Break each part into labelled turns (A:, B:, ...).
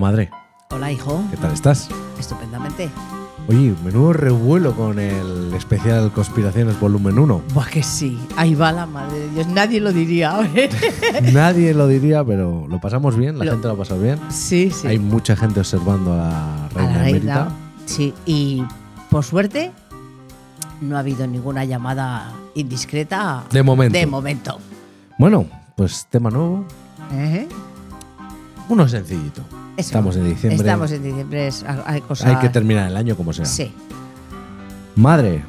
A: madre.
B: Hola, hijo.
A: ¿Qué tal estás?
B: Estupendamente.
A: Oye, menudo revuelo con el especial Conspiraciones Volumen 1.
B: Buah, que sí. Ahí va la madre de Dios. Nadie lo diría. ¿eh?
A: Nadie lo diría, pero lo pasamos bien, la gente lo ha pasado bien.
B: sí, sí.
A: Hay mucha gente observando a la
B: A
A: reina
B: la
A: emérita.
B: reina. Sí. Y por suerte, no ha habido ninguna llamada indiscreta.
A: De momento.
B: De momento.
A: Bueno, pues tema nuevo,
B: ¿Eh?
A: uno sencillito.
B: Eso.
A: Estamos en diciembre. Pues
B: Estamos en diciembre. es- hay cosas.
A: Hay que terminar el año como sea.
B: Sí.
A: Madre,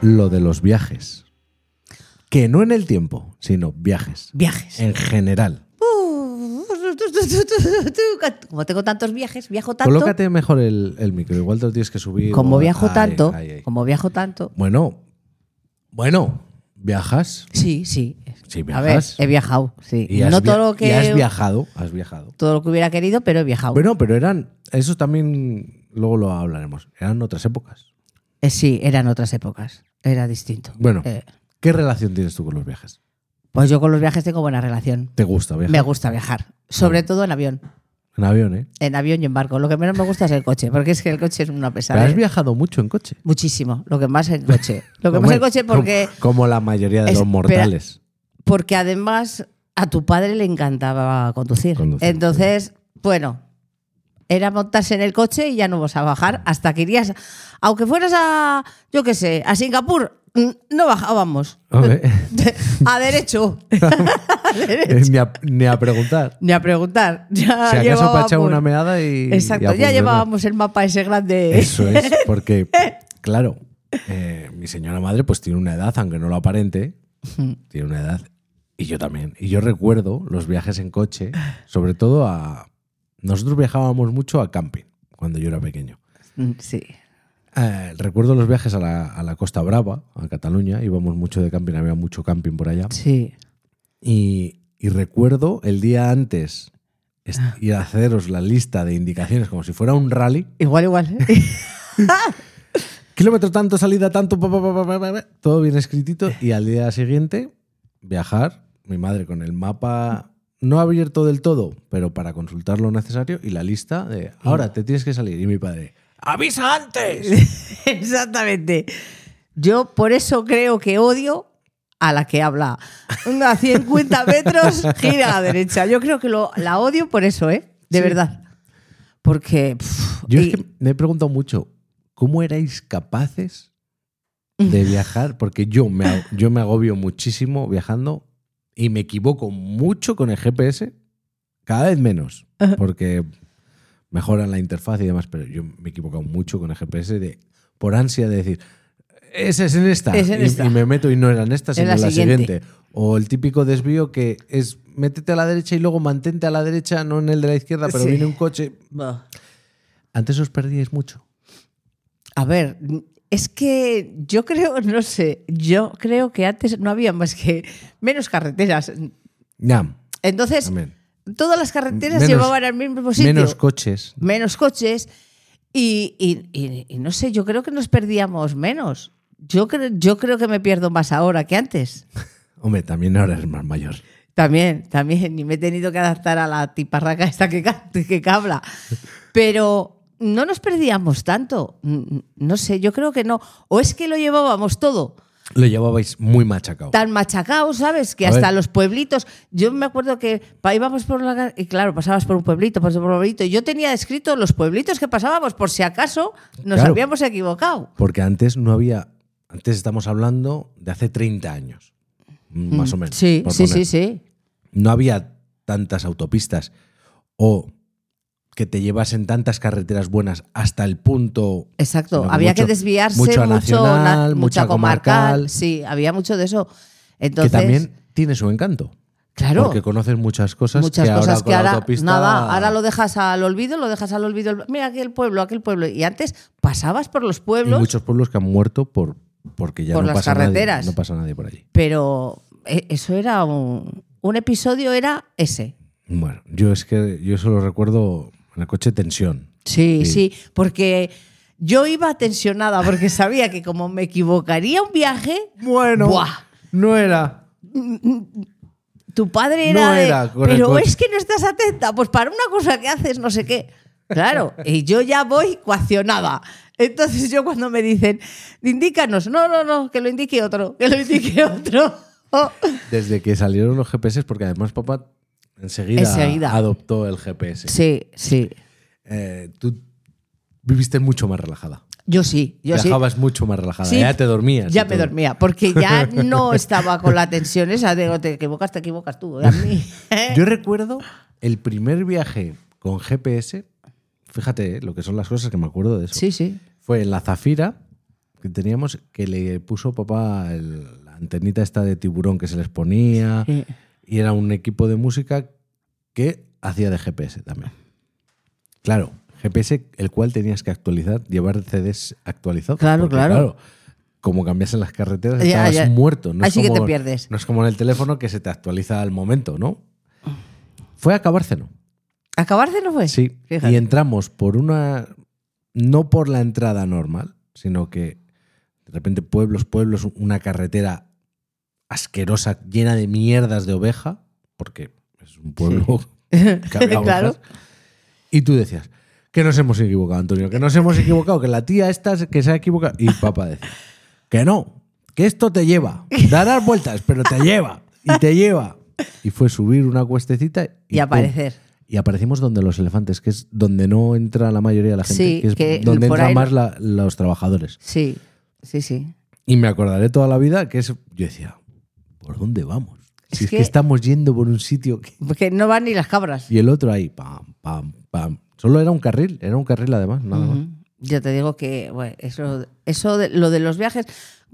A: lo de los viajes. Que no en el tiempo, sino viajes.
B: Viajes.
A: En general.
B: Como tengo tantos viajes, viajo tanto.
A: Colócate mejor el, el micro, igual te lo tienes que subir.
B: como
A: o-
B: viajo
A: ahí,
B: tanto,
A: ahí, ahí.
B: como viajo tanto.
A: Bueno, bueno, viajas
B: Sí, sí.
A: Sí,
B: A ver,
A: viajas.
B: he viajado, sí.
A: y has,
B: no
A: via-
B: todo lo
A: y has
B: que
A: viajado, has viajado.
B: todo lo que hubiera querido, pero he viajado.
A: Bueno, pero eran, eso también luego lo hablaremos, eran otras épocas.
B: Eh, sí, eran otras épocas, era distinto.
A: Bueno.
B: Eh,
A: ¿Qué relación tienes tú con los viajes?
B: pues yo con los viajes tengo buena relación.
A: ¿Te gusta viajar?
B: Me gusta viajar, sobre todo en avión,
A: En avión, ¿eh?
B: en avión y en barco. Lo que menos me gusta es el coche, porque es que el coche es una
A: Pero
B: pesadilla.
A: has viajado mucho en coche.
B: Muchísimo, lo que más el coche. eh, Lo que más el
A: Hombre,
B: coche porque
A: Como, la mayoría de los
B: Espera.
A: mortales.
B: porque además a tu padre le encantaba conducir.
A: Conducir,
B: Entonces, bueno, era montarse en el coche y ya no vas a bajar hasta que irías, aunque fueras a, yo qué sé, a Singapur, mm, no bajábamos.
A: Hombre,
B: a derecho. A derecho.
A: ni, a, ni a preguntar.
B: Ni a preguntar. Ya
A: Si acaso para
B: llevábamos,
A: echar una meada y. y
B: Ah, Exacto,
A: a
B: ya
A: funcionar.
B: llevábamos el mapa ese grande.
A: Eso es, porque, claro, eh, mi señora madre pues tiene una edad, aunque no lo aparente, tiene una edad. Y yo también. Y yo recuerdo los viajes en coche, sobre todo a... Nosotros viajábamos mucho a camping cuando yo era pequeño.
B: Mm, Sí.
A: Eh, recuerdo los viajes a la, a la Costa Brava, a Cataluña, íbamos mucho de camping, había mucho camping por allá.
B: Sí.
A: Y, y recuerdo el día antes est- ir a haceros la lista de indicaciones como si fuera un rally.
B: Igual, igual. ¿eh?
A: Kilómetro tanto, salida tanto, pa, pa, pa, pa, pa, pa, pa, todo bien escritito. Y al día siguiente, viajar, mi madre con el mapa no abierto del todo, pero para consultar lo necesario y la lista de ahora te tienes que salir. Y mi padre, ¡avisa antes!
B: Exactamente. Yo por eso creo que odio a la que habla a 50 metros, gira a la derecha. Yo creo que lo, la odio por eso, ¿eh? De verdad. Porque... pff,
A: Yo
B: y-
A: es que me he preguntado mucho, ¿cómo erais capaces de viajar? Porque yo me, ag- yo me agobio muchísimo viajando y me equivoco mucho con el GPS, cada vez menos, porque mejoran la interfaz y demás, pero yo me he equivocado mucho con el GPS de, por ansia de decir, esa es en esta.
B: Es en
A: y,
B: esta.
A: y me meto y no era en esta, sino en
B: la
A: la, siguiente.
B: siguiente.
A: O el típico desvío que es métete a la derecha y luego mantente a la derecha, no en el de la izquierda, pero
B: Sí.
A: viene un coche.
B: bah.
A: Antes os perdíais mucho.
B: A ver, es que yo creo, no sé, yo creo que antes no había más que menos carreteras.
A: Ya,
B: Entonces,
A: también.
B: todas las carreteras
A: Menos-
B: llevaban al mismo sitio.
A: Menos coches.
B: menos coches y, y- y- y no sé, yo creo que nos perdíamos menos. Yo, creo yo creo que me pierdo más ahora que antes.
A: Hombre, también ahora es más mayor.
B: También, también, y me he tenido que adaptar a la tiparraca esta que, ca- que habla. Pero no nos perdíamos tanto. Mm, No sé, yo creo que no. O es que lo llevábamos todo
A: Lo llevabais muy machacado.
B: tan machacado, ¿sabes? Que
A: A
B: hasta
A: ver.
B: los pueblitos. Yo me acuerdo que pa- íbamos por la. ca- Y claro, pasabas por un pueblito, pasabas por un pueblito. y Yo tenía escrito los pueblitos que pasábamos, por si acaso nos
A: Claro.
B: habíamos equivocado.
A: Porque antes no había. Antes estamos hablando de hace 30 años. Más o menos.
B: Mm, Sí,
A: por
B: sí,
A: poner.
B: sí, sí.
A: No había tantas autopistas o que te llevasen tantas carreteras buenas hasta el punto.
B: Exacto.
A: sino
B: había que
A: mucho-
B: desviarse
A: mucho a
B: na-
A: nacional, mucho
B: mucha
A: a comarcal,
B: Sí, había mucho de eso. Entonces,
A: que también tiene su encanto.
B: claro,
A: Porque conoces muchas cosas
B: muchas
A: que ahora
B: cosas
A: con
B: que
A: la
B: ahora
A: autopista-
B: nada, ahora lo dejas al olvido, lo dejas al olvido. Mira aquel pueblo, aquel pueblo. Y antes pasabas por los
A: Y
B: pueblos
A: muchos pueblos que han muerto por porque ya
B: Por
A: no
B: las
A: pasa
B: carreteras.
A: nadie, no pasa nadie por allí.
B: Pero eh, eso era un, un episodio, era ese.
A: Bueno, yo es que yo solo recuerdo en el coche tensión.
B: Sí,
A: Sí.
B: sí, porque yo iba tensionada porque sabía que como me equivocaría un viaje,
A: Bueno,
B: ¡buah!
A: no era.
B: Tu padre era,
A: No
B: de,
A: era con el
B: pero
A: coche".
B: es que no estás atenta, pues para una cosa que haces no sé qué. Claro, y yo ya voy coaccionada. Entonces yo cuando me dicen, indícanos, no, no, no, que lo indique otro, que lo indique otro.
A: Desde que salieron los GPS, porque además papá enseguida,
B: Enseguida.
A: adoptó el GPS.
B: Sí, sí.
A: Eh, tú viviste mucho más relajada.
B: Yo sí, yo sí.
A: Viajabas mucho más relajada.
B: Sí.
A: ya te dormías. y
B: Ya me
A: todo.
B: dormía, porque ya no estaba con la tensión esa de "O te equivocas, te equivocas tú. A mí.
A: Yo recuerdo el primer viaje con GPS. Fíjate eh, lo que son las cosas que me acuerdo de eso.
B: Sí, sí.
A: Fue en la Zafira que teníamos que le puso papá el- la antenita esta de tiburón que se les ponía.
B: Sí.
A: Y era un equipo de música que hacía de GPS también. Claro, GPS el cual tenías que actualizar, llevar CDs actualizados.
B: Claro,
A: porque,
B: claro.
A: como cambiasen las carreteras,
B: Ya,
A: estabas
B: ya.
A: muerto. No es
B: Así que
A: como-
B: te pierdes.
A: No es como en el teléfono que se te actualiza al momento, ¿no? Fue a Cabárceno.
B: ¿Acabarse no fue?
A: Sí.
B: Fíjate.
A: Y entramos por una. No por la entrada normal, sino que de repente pueblos, pueblos, una carretera asquerosa, llena de mierdas de oveja, porque es un pueblo que había
B: Claro.
A: ovejas. Y tú decías, que nos hemos equivocado, Antonio, que nos hemos equivocado, que la tía esta se- que se ha equivocado. Y papá decía, que no, que esto te lleva. Darás vueltas, pero te lleva. Y te lleva. Y fue subir una cuestecita
B: Y
A: pum,
B: aparecer.
A: y aparecimos donde los elefantes, que es donde no entra la mayoría de la gente,
B: Sí,
A: que es
B: que
A: donde
B: por
A: entran
B: ahí-
A: más la- los trabajadores.
B: Sí, sí, sí.
A: Y me acordaré toda la vida que es. Yo decía, ¿por dónde vamos?
B: Es
A: Si es que,
B: que-
A: estamos yendo por un sitio que-
B: Porque no van ni las cabras.
A: y el otro ahí, pam, pam, pam. Solo era un carril, era un carril además, nada más.
B: Ujú. Yo te digo que bueno, eso, eso de- lo de los viajes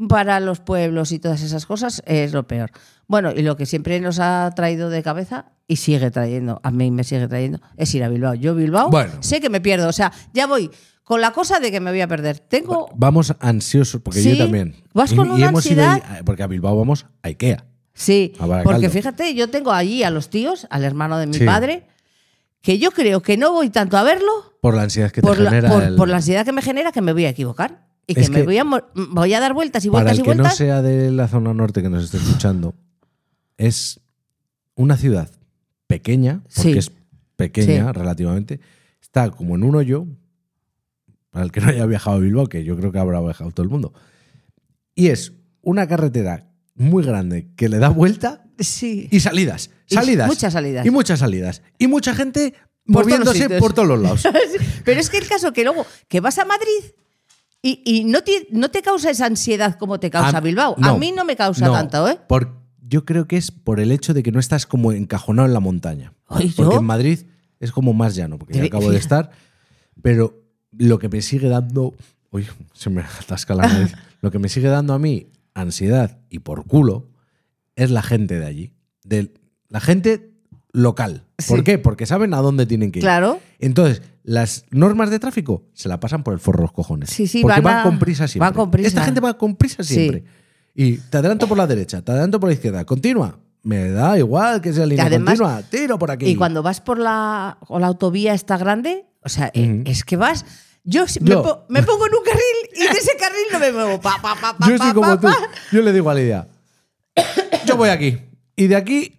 B: para los pueblos y todas esas cosas es lo peor. Bueno, y lo que siempre nos ha traído de cabeza y sigue trayendo, a mí me sigue trayendo, es ir a Bilbao. Yo Bilbao
A: Bueno.
B: sé que me pierdo, o sea, ya voy con la cosa de que me voy a perder. Tengo
A: Vamos ansiosos, porque
B: Sí,
A: yo también.
B: vas
A: Y-
B: con
A: y
B: una
A: hemos ido
B: ansiedad.
A: ahí- porque a Bilbao vamos a Ikea.
B: Sí,
A: A Baracaldo.
B: porque fíjate, yo tengo allí a los tíos, al hermano de mi
A: Sí.
B: padre, que yo creo que no voy tanto a verlo
A: Por la ansiedad que
B: por
A: te
B: la,
A: genera.
B: por-
A: el-
B: por la ansiedad que me genera que me voy a equivocar y que
A: Es
B: me
A: que-
B: voy, a, mo- voy a dar vueltas y
A: Para
B: vueltas
A: el
B: y
A: que no
B: vueltas.
A: sea de la zona norte que nos esté escuchando, es una ciudad pequeña, porque
B: Sí.
A: es pequeña relativamente, está como en un hoyo, para el que no haya viajado a Bilbao, que yo creo que habrá viajado todo el mundo, y es una carretera muy grande que le da vuelta
B: Sí.
A: y salidas,
B: Y
A: salidas.
B: muchas salidas.
A: Y muchas salidas. Y mucha gente
B: Por todos los
A: moviéndose
B: sitios.
A: por todos los lados.
B: Pero es que el caso que luego que vas a Madrid y, y no, te, no te causa esa ansiedad como te causa
A: A-
B: Bilbao. a mí no me causa
A: no,
B: tanto, ¿eh?
A: por- yo creo que es por el hecho de que no estás como encajonado en la montaña.
B: Ay,
A: porque
B: ¿yo?
A: en Madrid es como más llano, porque ya
B: Te-
A: acabo de estar. Pero lo que me sigue dando. Uy, se me atasca la nariz. Lo que me sigue dando a mí ansiedad y por culo es la gente de allí. De la gente local. ¿Por
B: Sí.
A: qué? Porque saben a dónde tienen que ir.
B: Claro.
A: Entonces, las normas de tráfico se la pasan por el forro los cojones.
B: Sí, sí,
A: porque
B: van
A: van,
B: a-
A: con prisa siempre.
B: van con prisa.
A: Esta gente va con prisa siempre. Y te adelanto por la derecha, te adelanto por la izquierda, continua. Me da igual que sea línea
B: además-
A: continua, tiro por aquí.
B: Y cuando vas por la, o la autovía esta grande, o sea, eh,
A: Ujú.
B: es que vas. Yo, si- Me,
A: Yo.
B: po- me pongo en un carril y de ese carril no me muevo. Pa, pa, pa, pa,
A: yo
B: pa,
A: soy como
B: pa,
A: tú.
B: pa.
A: Yo le digo a Lidia, yo voy aquí. Y de aquí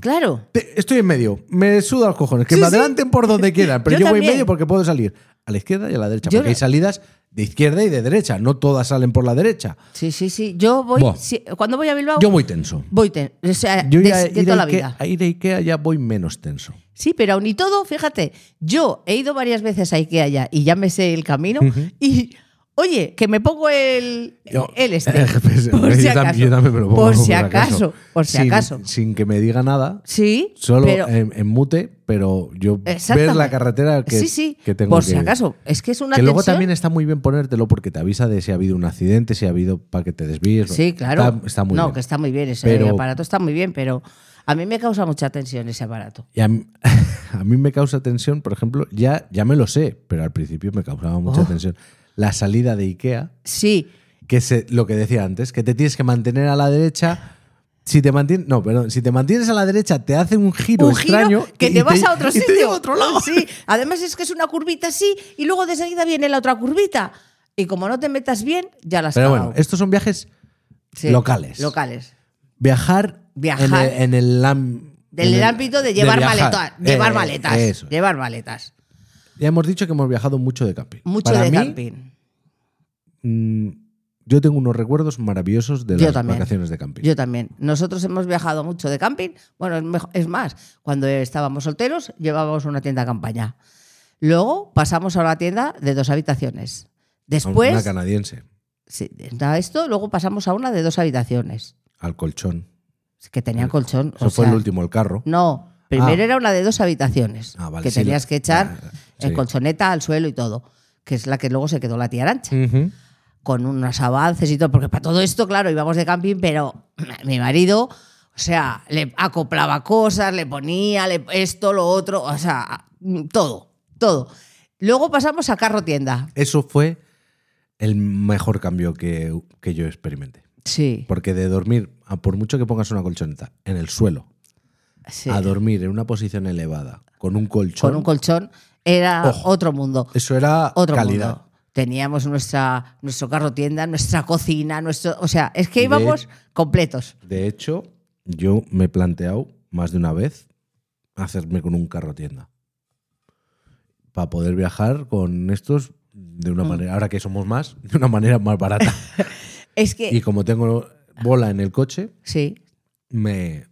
B: Claro.
A: te- estoy en medio. Me suda los cojones. Que
B: Sí,
A: me
B: sí.
A: adelanten por donde quieran. Pero
B: Yo
A: yo, voy en
B: también.
A: medio porque puedo salir a la izquierda y a la derecha.
B: Yo
A: porque
B: no-
A: hay salidas de izquierda y de derecha. No todas salen por la derecha.
B: Sí, sí, sí. Yo voy.
A: Buah.
B: si- cuando voy a Bilbao,
A: Yo muy tenso.
B: voy. ten- o sea,
A: Yo
B: de,
A: ya
B: de
A: ir,
B: toda
A: a
B: la
A: Ikea,
B: vida.
A: a ir a Ikea ya voy menos tenso.
B: Sí, pero aún y todo, fíjate, yo he ido varias veces a Ikea ya y ya me sé el camino. Y, oye, que me pongo el,
A: Yo-
B: el este.
A: el GPS,
B: por
A: yo
B: si
A: tam-
B: acaso.
A: yo también me lo pongo,
B: por si acaso. Por si
A: Sin-
B: acaso.
A: Sin que me diga nada,
B: Sí,
A: solo eh,
B: pero-
A: en, en mute, pero yo
B: Exactamente.
A: ver la carretera que,
B: sí, sí,
A: que tengo
B: Por
A: que
B: si
A: ir.
B: acaso. Es que es una
A: Que luego
B: tensión.
A: también está muy bien ponértelo porque te avisa de si ha habido un accidente, si ha habido para que te desvíes.
B: Sí, claro.
A: Está, está muy
B: no,
A: bien.
B: que está muy bien. Ese
A: Pero-
B: aparato está muy bien, pero a mí me causa mucha tensión ese aparato.
A: Y a, mí, a mí me causa tensión, por ejemplo, ya, ya me lo sé, pero al principio me causaba mucha
B: Oh.
A: tensión. La salida de Ikea,
B: Sí,
A: que se, lo que decía antes, que te tienes que mantener a la derecha. Si te mantienes, no, perdón, si te mantienes a la derecha te hace un giro
B: un
A: extraño
B: giro que
A: y
B: te vas a otro
A: y te
B: sitio.
A: lleva a otro lado.
B: Sí, además es que es una curvita así y luego de seguida viene la otra curvita. Y como no te metas bien, ya las
A: Pero bueno, estos son viajes locales.
B: Locales.
A: Viajar,
B: Viajar.
A: en el, en el am-
B: Del
A: En el-
B: ámbito de
A: de
B: llevar
A: viajar.
B: maletas. Llevar
A: Eh,
B: maletas.
A: eso.
B: Llevar maletas.
A: Ya hemos dicho que hemos viajado mucho de camping.
B: Mucho
A: Para
B: de
A: mí,
B: camping.
A: mm, yo tengo unos recuerdos maravillosos de
B: Yo
A: las
B: también.
A: vacaciones de camping.
B: Yo también. Nosotros hemos viajado mucho de camping. Bueno, es mejo- es más, cuando estábamos solteros llevábamos una tienda de campaña. Luego pasamos a una tienda de dos habitaciones.
A: Una
B: Después,
A: canadiense,
B: sí, está esto, luego pasamos a una de dos habitaciones,
A: al colchón.
B: que tenía
A: Eso
B: colchón.
A: Eso
B: o
A: fue
B: sea,
A: el último, el carro.
B: No, primero era una de dos habitaciones,
A: Ah, vale,
B: que
A: sí,
B: tenías
A: la-
B: que echar
A: la-
B: en
A: sí.
B: colchoneta al suelo y todo, que es la que luego se quedó la tía Arancha
A: Ujú.
B: con unos avances y todo, porque para todo esto, claro, íbamos de camping, pero mi marido, o sea, le acoplaba cosas, le ponía le- esto, lo otro, o sea, mm, todo, todo. Luego pasamos a carro tienda.
A: Eso fue el mejor cambio que, que yo experimenté.
B: Sí,
A: Porque de dormir, a por mucho que pongas una colchoneta en el suelo,
B: sí.
A: a dormir en una posición elevada, con un colchón,
B: Con un colchón era
A: Ojo.
B: otro mundo.
A: eso era
B: Otro
A: calidad.
B: mundo. Teníamos nuestra, nuestro carro tienda, nuestra cocina, nuestro. O sea, es que
A: De-
B: íbamos completos.
A: De hecho, yo me he planteado más de una vez hacerme con un carro tienda. Para poder viajar con estos de
B: Mm.
A: una manera, ahora que somos más, de una manera más barata.
B: Es que.
A: y como tengo bola en el coche,
B: sí.
A: me.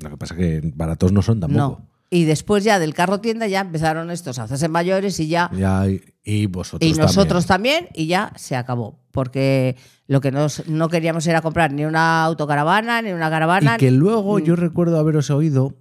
A: Lo que pasa es que baratos no son tampoco.
B: No. Y después ya del carro tienda ya empezaron estos a hacerse mayores y ya
A: Ya, y, y vosotros.
B: y
A: también.
B: nosotros también. y ya se acabó porque lo que nos, no queríamos era comprar ni una autocaravana ni una caravana.
A: Y que luego
B: Mm.
A: yo recuerdo haberos oído,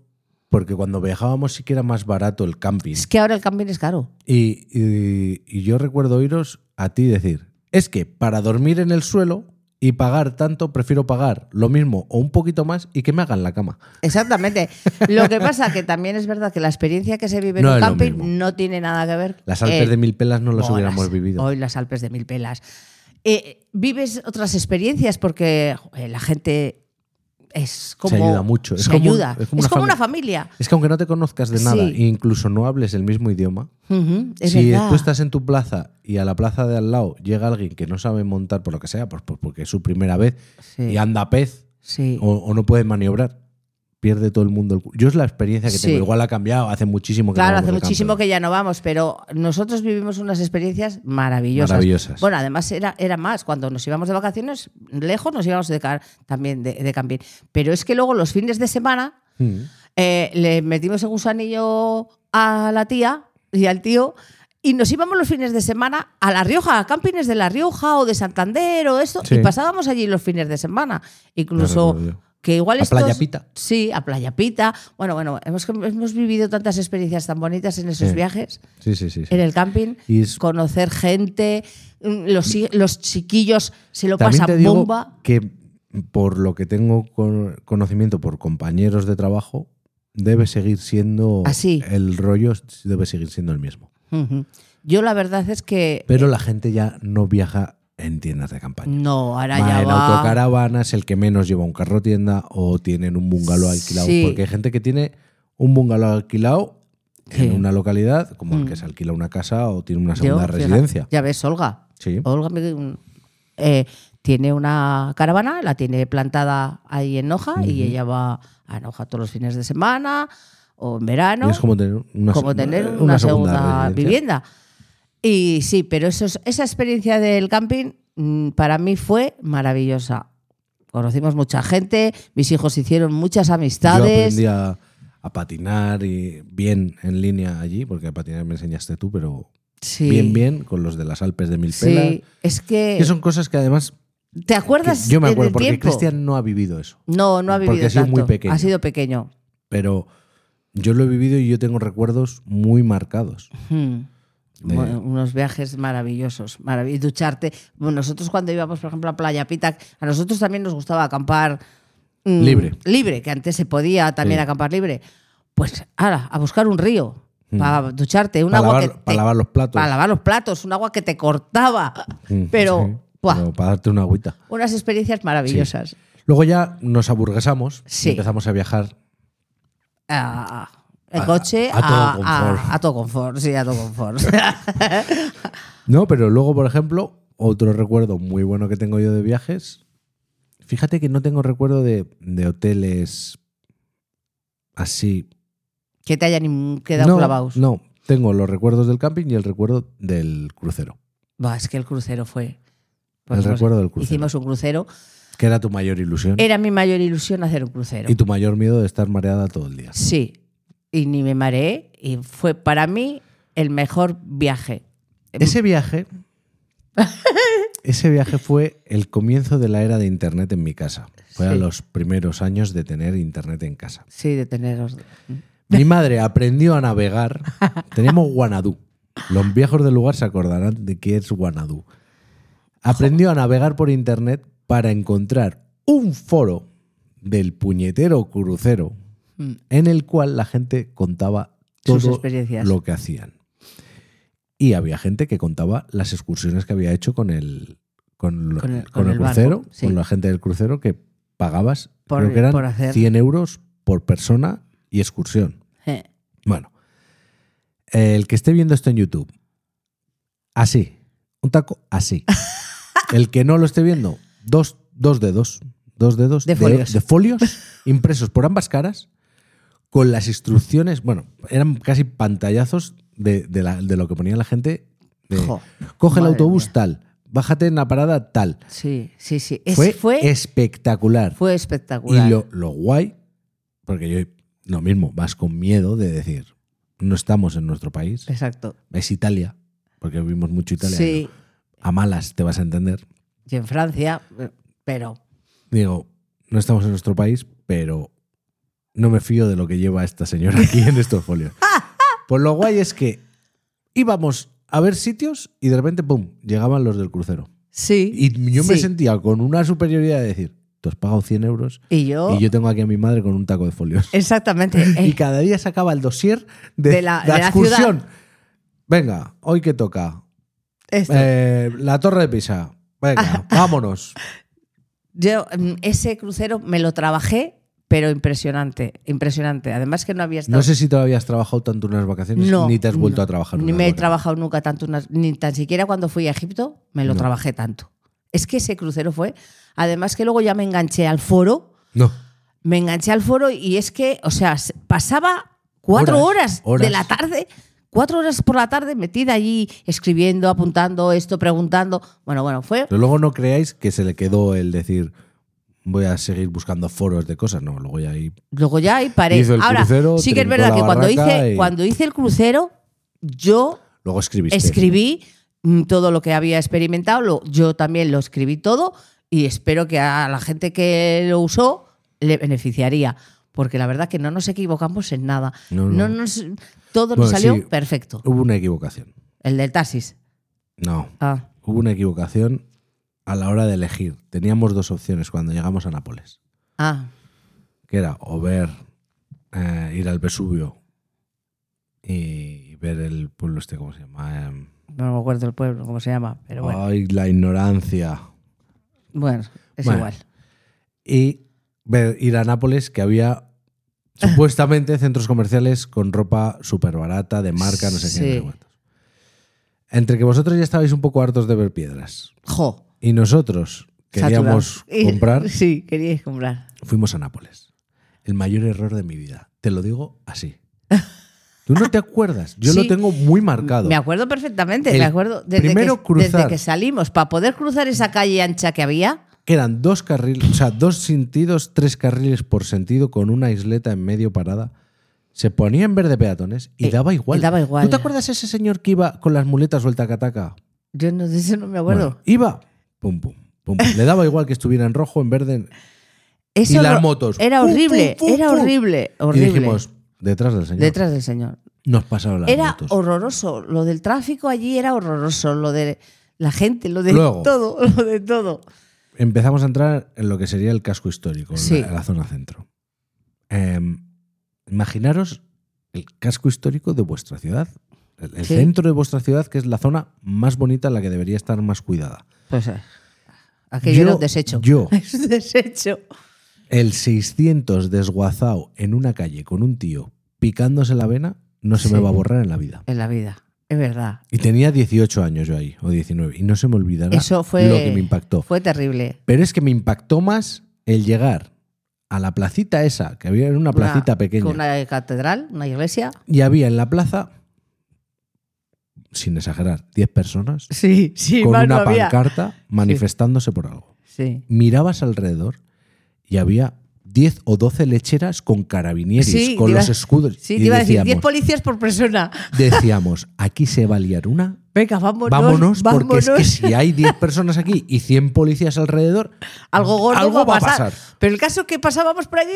A: porque cuando viajábamos sí que era más barato el camping.
B: Es que ahora el camping es caro.
A: Y, y- y yo recuerdo oíros a ti decir, es que para dormir en el suelo y pagar tanto, prefiero pagar lo mismo o un poquito más y que me hagan la cama.
B: Exactamente. Lo que pasa que también es verdad que la experiencia que se vive en
A: No
B: un
A: es lo
B: camping
A: mismo.
B: no tiene nada que ver.
A: Las Alpes
B: eh,
A: de mil pelas no las
B: Hoy
A: hubiéramos
B: las-
A: vivido.
B: Hoy las Alpes de mil pelas. Eh, vives otras experiencias porque joder, la gente es como.
A: ayuda mucho. Es
B: se
A: como un-
B: ayuda.
A: es como una
B: una
A: fami-
B: familia.
A: Es que aunque no te conozcas de nada
B: Sí.
A: e incluso no hables el mismo idioma,
B: Ujú, es
A: si
B: verdad.
A: tú estás en tu plaza y a la plaza de al lado llega alguien que no sabe montar por lo que sea, pues, pues porque es su primera vez
B: Sí.
A: y anda a pez
B: Sí.
A: o, o no puede maniobrar, pierde todo el mundo el cu- Yo es la experiencia que
B: Sí.
A: tengo. Igual ha cambiado, hace muchísimo que
B: Claro,
A: no vamos
B: hace
A: de
B: muchísimo
A: campo.
B: que ya no vamos, pero nosotros vivimos unas experiencias maravillosas.
A: Maravillosas.
B: Bueno, además era, era más, cuando nos íbamos de vacaciones, lejos nos íbamos de car- también de, de camping. Pero es que luego los fines de semana
A: Mm.
B: eh, le metimos el gusanillo a la tía y al tío y nos íbamos los fines de semana a La Rioja, a campines de La Rioja o de Santander o esto,
A: Sí.
B: y pasábamos allí los fines de semana. Incluso
A: recuerdo yo.
B: que igual
A: A
B: estos-
A: Playa Pita.
B: Sí, a Playa Pita. Bueno, bueno, hemos, hemos vivido tantas experiencias tan bonitas en esos
A: Sí.
B: viajes,
A: Sí, sí, sí. sí.
B: en el camping,
A: Y es-
B: conocer gente, mm, los, hi- los chiquillos se lo
A: También te
B: pasan
A: digo
B: bomba.
A: que por lo que tengo con- conocimiento por compañeros de trabajo, debe seguir siendo
B: Así.
A: el rollo debe seguir siendo el mismo.
B: Ujú. Yo la verdad es que
A: Pero la gente ya no viaja en tiendas de campaña.
B: no, ahora
A: Va
B: ya
A: en
B: va.
A: autocaravanas, el que menos lleva un carro tienda o tienen un bungalow alquilado.
B: Sí.
A: Porque hay gente que tiene un bungalow alquilado
B: Sí.
A: en una localidad, como el
B: Mm.
A: que se alquila una casa o tiene una segunda
B: Yo, fíjate,
A: residencia.
B: ya ves, Olga.
A: Sí.
B: Olga me- eh, tiene una caravana, la tiene plantada ahí en Noja y ella va a Noja todos los fines de semana o en verano.
A: Y es como tener una,
B: como
A: se-
B: tener una,
A: segunda
B: segunda,
A: residencia.
B: vivienda. Y sí, pero eso es- esa experiencia del camping mm, para mí fue maravillosa. Conocimos mucha gente, mis hijos hicieron muchas
A: Yo
B: amistades.
A: aprendí a, a patinar y bien en línea allí, porque a patinar me enseñaste tú, pero
B: sí,
A: bien, bien, con los de las Alpes de Milpela.
B: Sí, es que,
A: Que son cosas que además
B: ¿te
A: que
B: acuerdas
A: yo me
B: del
A: acuerdo, porque
B: tiempo?
A: Cristian no ha vivido eso.
B: no, no ha
A: porque
B: vivido
A: ha sido
B: tanto.
A: muy pequeño.
B: Ha sido pequeño.
A: Pero yo lo he vivido y yo tengo recuerdos muy marcados.
B: Hmm.
A: De-
B: Bueno, unos viajes maravillosos, marav- y ducharte. Bueno, nosotros cuando íbamos, por ejemplo, a Playa Pita, a nosotros también nos gustaba acampar mm,
A: Libre.
B: Libre, que antes se podía también
A: Sí.
B: acampar libre. Pues ahora, a buscar un río
A: Mm.
B: para ducharte, un
A: Para
B: agua
A: lavar,
B: que
A: para
B: te-
A: lavar los platos.
B: para lavar los platos, un agua que te cortaba.
A: Mm,
B: Pero,
A: sí,
B: ¡buah!
A: pero para darte una agüita.
B: unas experiencias maravillosas.
A: Luego ya nos aburguesamos y
B: Sí.
A: empezamos a viajar.
B: Ah, el
A: A-
B: coche
A: a todo confort.
B: a todo confort, sí, a todo confort.
A: No, pero luego, por ejemplo, otro recuerdo muy bueno que tengo yo de viajes. Fíjate que no tengo recuerdo de, de hoteles así.
B: Que te hayan quedado
A: no,
B: clavados.
A: No, tengo los recuerdos del camping y el recuerdo del crucero.
B: Buah, es que el crucero fue.
A: el recuerdo del crucero.
B: Pues Hicimos un crucero.
A: Que era tu mayor ilusión.
B: Era mi mayor ilusión hacer un crucero.
A: Y tu mayor miedo de estar mareada todo el día.
B: Sí, y ni me mareé. Y fue para mí el mejor viaje. Em.
A: Ese viaje. ese viaje fue el comienzo de la era de internet en mi casa. Fueron
B: Sí.
A: los primeros años de tener internet en casa.
B: Sí, de tener. orden.
A: Mi madre aprendió a navegar. Teníamos Guanadu. Los viejos del lugar se acordarán de qué es Guanadu. Aprendió a navegar por internet para encontrar un foro del puñetero crucero
B: Mm.
A: en el cual la gente contaba
B: Sus
A: todo
B: experiencias.
A: lo que hacían. Y había gente que contaba las excursiones que había hecho con el, con, lo-
B: Con el-
A: con
B: con
A: el
B: el barco,
A: crucero,
B: sí.
A: con la gente del crucero que pagabas,
B: Por-
A: creo que eran
B: por hacer.
A: 100 euros por persona y excursión.
B: Eh,
A: Bueno, el que esté viendo esto en YouTube, así, un taco así. El que no lo esté viendo, dos, dos dedos, dos dedos
B: De folios.
A: de folios impresos por ambas caras con las instrucciones, bueno, eran casi pantallazos de, de la- de lo que ponía la gente. de,
B: jo.
A: Coge el
B: madre
A: autobús
B: mía.
A: tal, bájate en la parada tal.
B: Sí, sí, sí. Ese
A: Fue,
B: fue,
A: espectacular.
B: fue espectacular.
A: Y lo, lo guay, porque yo lo mismo, vas con miedo de decir, no estamos en nuestro país,
B: Exacto.
A: es Italia, porque vimos mucho Italia.
B: Sí,
A: A malas te vas a entender.
B: y en Francia, eh, pero.
A: Digo, no estamos en nuestro país, pero no me fío de lo que lleva esta señora aquí en estos folios. Pues lo guay es que íbamos a ver sitios y de repente, ¡pum!, llegaban los del crucero.
B: Sí.
A: Y yo me
B: sí.
A: sentía con una superioridad de decir, tú has pagado 100 euros
B: Y yo.
A: y yo tengo aquí a mi madre con un taco de folios.
B: Exactamente.
A: Y
B: eh,
A: cada día sacaba el dossier de,
B: De la-
A: la,
B: de la
A: excursión. Venga, hoy que toca.
B: esto.
A: Eh, la Torre de Pisa. Venga, vámonos.
B: Yo mm, ese crucero me lo trabajé, pero impresionante, impresionante. Además que no había estado.
A: No sé si todavía has trabajado tanto unas vacaciones
B: No,
A: ni te has vuelto
B: no,
A: a trabajar. unas
B: Ni me he
A: vacaciones.
B: trabajado nunca tanto, unas- ni tan siquiera cuando fui a Egipto me lo
A: No.
B: trabajé tanto. Es que ese crucero fue. Además que luego ya me enganché al foro,
A: No.
B: me enganché al foro y es que, o sea, se- pasaba cuatro
A: Horas,
B: horas,
A: horas.
B: de la tarde, cuatro horas por la tarde metida allí escribiendo, apuntando esto, preguntando. Bueno, bueno, fue
A: Pero luego no creáis que se le quedó el decir voy a seguir buscando foros de cosas. No, luego ya ahí.
B: Luego ya y paré.
A: Hizo el
B: Ahora,
A: crucero,
B: sí que es
A: trincó
B: verdad
A: la
B: que cuando
A: barraca
B: hice,
A: y-
B: cuando hice el crucero, yo
A: Luego escribiste.
B: escribí mm, todo lo que había experimentado, lo- yo también lo escribí todo y espero que a la gente que lo usó le beneficiaría. Porque la verdad que no nos equivocamos en nada.
A: No,
B: No,
A: no.
B: nos, todo
A: Bueno,
B: nos salió
A: sí.
B: perfecto.
A: Hubo una equivocación.
B: El del taxis.
A: No.
B: Ah,
A: Hubo una equivocación a la hora de elegir. Teníamos dos opciones cuando llegamos a Nápoles.
B: ah,
A: que era o ver eh, ir al Vesubio y ver el pueblo este, ¿cómo se llama? Em,
B: no me acuerdo el pueblo, cómo se llama, pero bueno.
A: Ay, la ignorancia.
B: Bueno, es
A: Bueno.
B: igual.
A: Y ver, ir a Nápoles, que había supuestamente centros comerciales con ropa súper barata, de marca, no sé qué. no sé
B: Sí.
A: cuántos. Entre que vosotros ya estabais un poco hartos de ver piedras
B: Jo.
A: y nosotros queríamos
B: saturado.
A: comprar,
B: Sí, queríais comprar.
A: fuimos a Nápoles. El mayor error de mi vida. Te lo digo así. Tú no te acuerdas. Yo lo
B: Sí.
A: tengo muy marcado.
B: Me acuerdo perfectamente,
A: El
B: me acuerdo desde,
A: primero
B: que,
A: cruzar.
B: desde que salimos, para poder cruzar esa calle ancha que había,
A: Que eran dos carriles, o sea, dos sentidos, tres carriles por sentido con una isleta en medio parada. Se ponía en verde peatones y
B: Eh,
A: daba igual.
B: y daba igual.
A: ¿Tú te acuerdas ese señor que iba con las muletas o el tacataca?
B: yo no, de eso no me acuerdo.
A: Bueno, iba, pum, pum, pum. pum. Le daba igual que estuviera en rojo, en verde. en-
B: eso
A: y
B: lo-
A: las motos.
B: Era
A: Fu, fu,
B: horrible,
A: fu,
B: era
A: fu.
B: horrible, horrible.
A: Y dijimos, detrás del señor.
B: Detrás del señor.
A: Nos pasaron las
B: Era
A: motos.
B: horroroso, lo del tráfico allí era horroroso, lo de la gente, lo de
A: Luego.
B: todo, lo de todo.
A: empezamos a entrar en lo que sería el casco histórico, en
B: Sí.
A: la, en la zona centro. Em, imaginaros el casco histórico de vuestra ciudad, el, el
B: Sí.
A: centro de vuestra ciudad, que es la zona más bonita, la que debería estar más cuidada.
B: Pues eh, aquello era un desecho.
A: Yo,
B: Es un desecho.
A: el 600 desguazado en una calle con un tío picándose la vena, no se me
B: Sí.
A: va a borrar en la vida.
B: En la vida, es verdad.
A: Y tenía 18 años yo ahí, o 19, y no se me olvidará
B: Eso fue-
A: lo que me impactó.
B: Fue terrible.
A: Pero es que me impactó más el llegar a la placita esa, que había en una placita pequeña.
B: Con una catedral, una iglesia.
A: Y había en la plaza, sin exagerar, 10 personas
B: Sí, sí,
A: con
B: más no
A: una
B: había.
A: pancarta manifestándose por algo.
B: Sí.
A: Mirabas alrededor y había 10 o 12 lecheras con carabinieris,
B: Sí,
A: con
B: te iba-
A: los escudos.
B: Sí,
A: y
B: te iba a decir,
A: decíamos,
B: 10 policías por persona.
A: decíamos, aquí se va a liar una.
B: Venga, vámonos.
A: Vámonos, porque es que
B: vámonos.
A: si hay 10 personas aquí y 100 policías alrededor,
B: algo gordo
A: algo
B: va a pasar. Pero el caso es que pasábamos por allí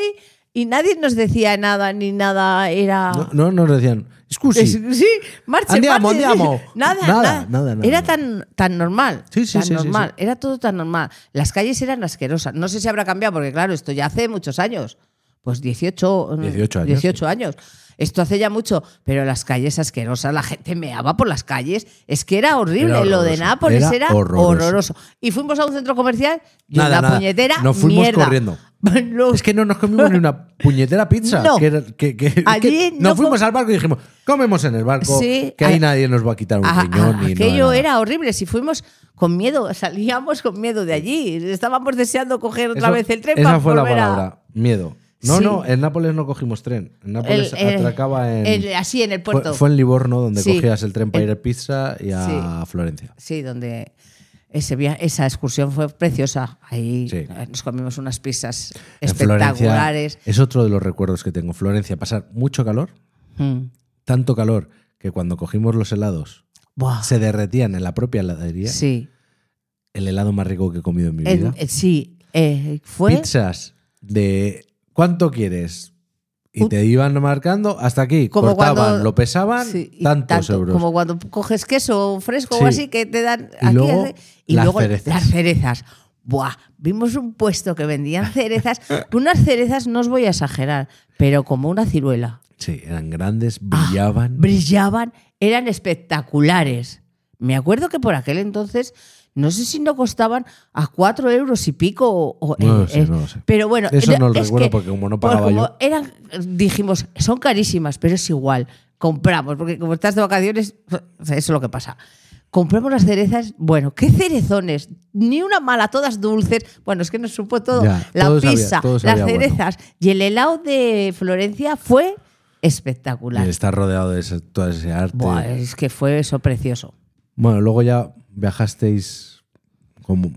B: y nadie nos decía nada ni nada, era...
A: No, no nos decían, excusi.
B: Ah. Es- sí, marche,
A: Andiamo,
B: marche.
A: andiamo.
B: Nada,
A: Nada,
B: nada,
A: nada, nada,
B: Era
A: nada.
B: tan, tan normal.
A: Sí, sí,
B: tan
A: sí, sí,
B: normal. Era todo tan normal. Las calles eran asquerosas. No sé si habrá cambiado, porque claro, esto ya hace muchos años. Pues 18,
A: 18 años,
B: 18 años. Esto hace ya mucho, pero las calles asquerosas, la gente meaba por las calles. Es que era horrible.
A: Era
B: Lo de
A: horroroso,
B: Nápoles
A: era
B: era,
A: horroroso.
B: horroroso. Y fuimos a un centro comercial y
A: Nada,
B: una
A: nada.
B: puñetera.
A: Nos fuimos
B: mierda.
A: corriendo.
B: Lo-
A: Es que no nos comimos ni una puñetera pizza.
B: No.
A: que era- que- que-
B: Allí
A: que
B: no
A: nos fuimos
B: com-
A: al barco y dijimos, comemos en el barco,
B: Sí,
A: que ahí
B: a-
A: nadie nos va a quitar un
B: Ajá,
A: riñón.
B: ajá,
A: ni nada,
B: aquello
A: nada".
B: era horrible. Si fuimos con miedo, salíamos con miedo de allí. Estábamos deseando coger otra
A: Eso-
B: vez el tren
A: Esa
B: para
A: fue la
B: volver a-
A: palabra, miedo. No,
B: Sí.
A: no, en Nápoles no cogimos tren. En
B: el-
A: Nápoles
B: el-
A: atracaba en...
B: el- así, en el
A: fue-
B: puerto.
A: Fue, en Livorno donde
B: Sí.
A: cogías el tren para
B: El-
A: ir a Pizza y a Florencia.
B: Sí, donde ese via- esa excursión fue preciosa. Ahí
A: Sí.
B: eh, nos comimos unas pizzas
A: En Florencia
B: espectaculares.
A: es otro de los recuerdos que tengo. Florencia, pasar mucho calor,
B: Mm.
A: tanto calor que cuando cogimos los helados
B: Buah,
A: se derretían en la propia heladería.
B: Ah. sí.
A: El helado más rico que he comido en mi
B: En-
A: vida.
B: eh, sí, eh, fue
A: Pizzas de ¿cuánto quieres? Y
B: Un-
A: te iban marcando hasta aquí.
B: Como
A: cortaban,
B: cuando-
A: lo pesaban,
B: sí, y
A: tantos euros.
B: Como cuando coges queso fresco
A: Sí.
B: o así que te dan
A: Y
B: aquí,
A: luego
B: hace- y
A: las
B: luego
A: cerezas.
B: las cerezas. Buah, vimos un puesto que vendían cerezas, unas cerezas no os voy a exagerar, pero como una ciruela.
A: Sí, eran grandes, brillaban.
B: Ah, Brillaban, eran espectaculares. Me acuerdo que por aquel entonces, no sé si no costaban a cuatro euros y pico. o- o-
A: No lo
B: eh,
A: sé,
B: eh,
A: no lo sé.
B: Pero bueno,
A: Eso
B: era-
A: no lo
B: es
A: recuerdo
B: que-
A: porque como no pagaba
B: como
A: yo.
B: eran- dijimos, son carísimas, pero es igual. Compramos, porque como estás de vacaciones, o sea, eso es lo que pasa. Compramos las cerezas, bueno, qué cerezones, ni una mala, todas dulces. Bueno, es que nos supo todo.
A: Ya,
B: la
A: todo sabía-
B: pizza,
A: todo
B: las
A: sabía bueno.
B: cerezas y el helado de Florencia fue
A: Y
B: espectacular.
A: estar rodeado de ese- todo ese arte.
B: Buah, es que fue eso precioso.
A: Bueno, luego ya viajasteis como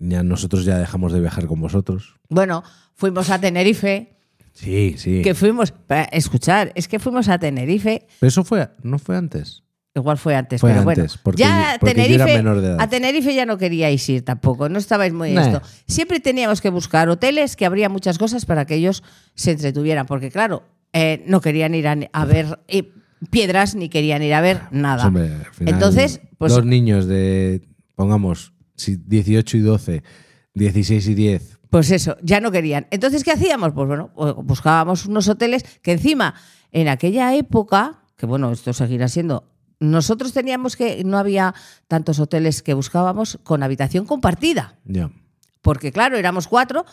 A: ya nosotros ya dejamos de viajar con vosotros.
B: Bueno, fuimos a Tenerife,
A: Sí, sí.
B: que fuimos, pa- escuchar, es que fuimos a Tenerife,
A: Pero eso fue, no fue antes.
B: igual fue antes,
A: Fue
B: pero
A: antes,
B: bueno,
A: porque
B: ya
A: yo-
B: a
A: porque yo era
B: Tenerife,
A: menor de edad.
B: a Tenerife ya no queríais ir tampoco, no estabais muy en
A: Nah.
B: esto. Siempre teníamos que buscar hoteles que habría muchas cosas para que ellos se entretuvieran, porque claro, eh, no querían ir a, a ver eh, piedras ni querían ir a ver nada.
A: Hombre, al final,
B: Entonces, pues
A: dos niños de, pongamos, si 18 y 12, 16 y 10.
B: Pues eso, ya no querían. Entonces, ¿qué hacíamos? Pues bueno, buscábamos unos hoteles que encima, en aquella época, que bueno, esto seguirá siendo, nosotros teníamos que, no había tantos hoteles que buscábamos con habitación compartida,
A: Ya.
B: porque claro, éramos cuatro.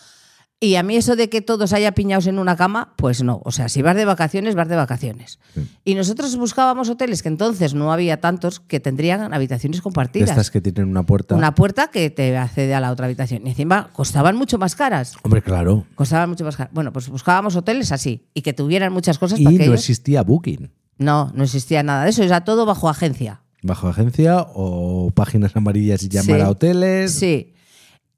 B: Y a mí eso de que todos haya piñados en una cama, pues no. O sea, si vas de vacaciones, vas de vacaciones. Y nosotros buscábamos hoteles que entonces no había tantos que tendrían habitaciones
A: De
B: compartidas.
A: estas que tienen una puerta.
B: Una puerta que te accede a la otra habitación. Y encima costaban mucho más caras.
A: Hombre, claro.
B: Costaban mucho más caro. Bueno, pues buscábamos hoteles así y que tuvieran muchas cosas
A: Y
B: para que
A: no
B: ellos-
A: existía Booking.
B: No, no existía nada de eso, era todo bajo agencia.
A: Bajo agencia o páginas amarillas y llamar
B: Sí.
A: a hoteles.
B: Sí.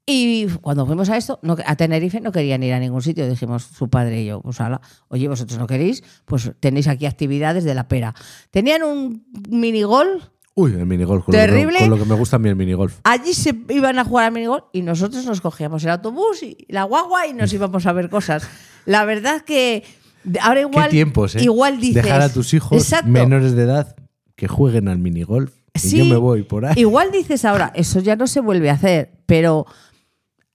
B: Y cuando fuimos a esto, no- a Tenerife no querían ir a ningún sitio, dijimos su padre y yo, pues ala, oye, vosotros no queréis, pues tenéis aquí actividades de la pera. Tenían un minigol,
A: Uy, el minigolf. Con lo que me-
B: Terrible.
A: con lo que me gusta a mí el minigolf.
B: allí se iban a jugar al minigol y nosotros nos cogíamos el autobús y la guagua y nos íbamos a ver cosas. La verdad que ahora igual
A: tiempos, eh?
B: igual dices
A: Dejar a tus hijos
B: Exacto.
A: menores de edad que jueguen al minigolf. Y
B: Sí.
A: yo me voy por ahí.
B: Igual dices ahora, eso ya no se vuelve a hacer, pero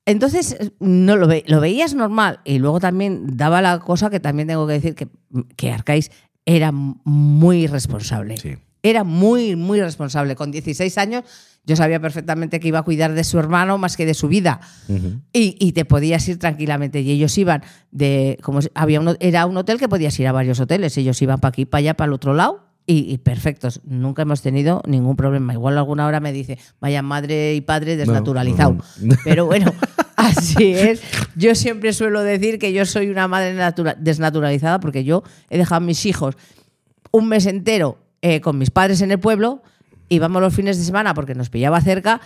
B: entonces eh, no lo, ve- lo veías normal. Y luego también daba la cosa que también tengo que decir que, que Arcais era m- muy responsable.
A: Sí.
B: Era muy, muy responsable. Con 16 años yo sabía perfectamente que iba a cuidar de su hermano más que de su vida.
A: Ujú.
B: Y, y te podías ir tranquilamente. Y ellos iban de. Como si- había un- era un hotel que podías ir a varios hoteles. Ellos iban para aquí, para allá, para el otro lado. Y, y perfectos. Nunca hemos tenido ningún problema. Igual alguna hora me dice, vaya madre y padre desnaturalizado.
A: no, no.
B: Pero bueno, Así es. Yo siempre suelo decir que yo soy una madre natura- desnaturalizada porque yo he dejado a mis hijos un mes entero eh, con mis padres en el pueblo. Íbamos los fines de semana porque nos pillaba cerca.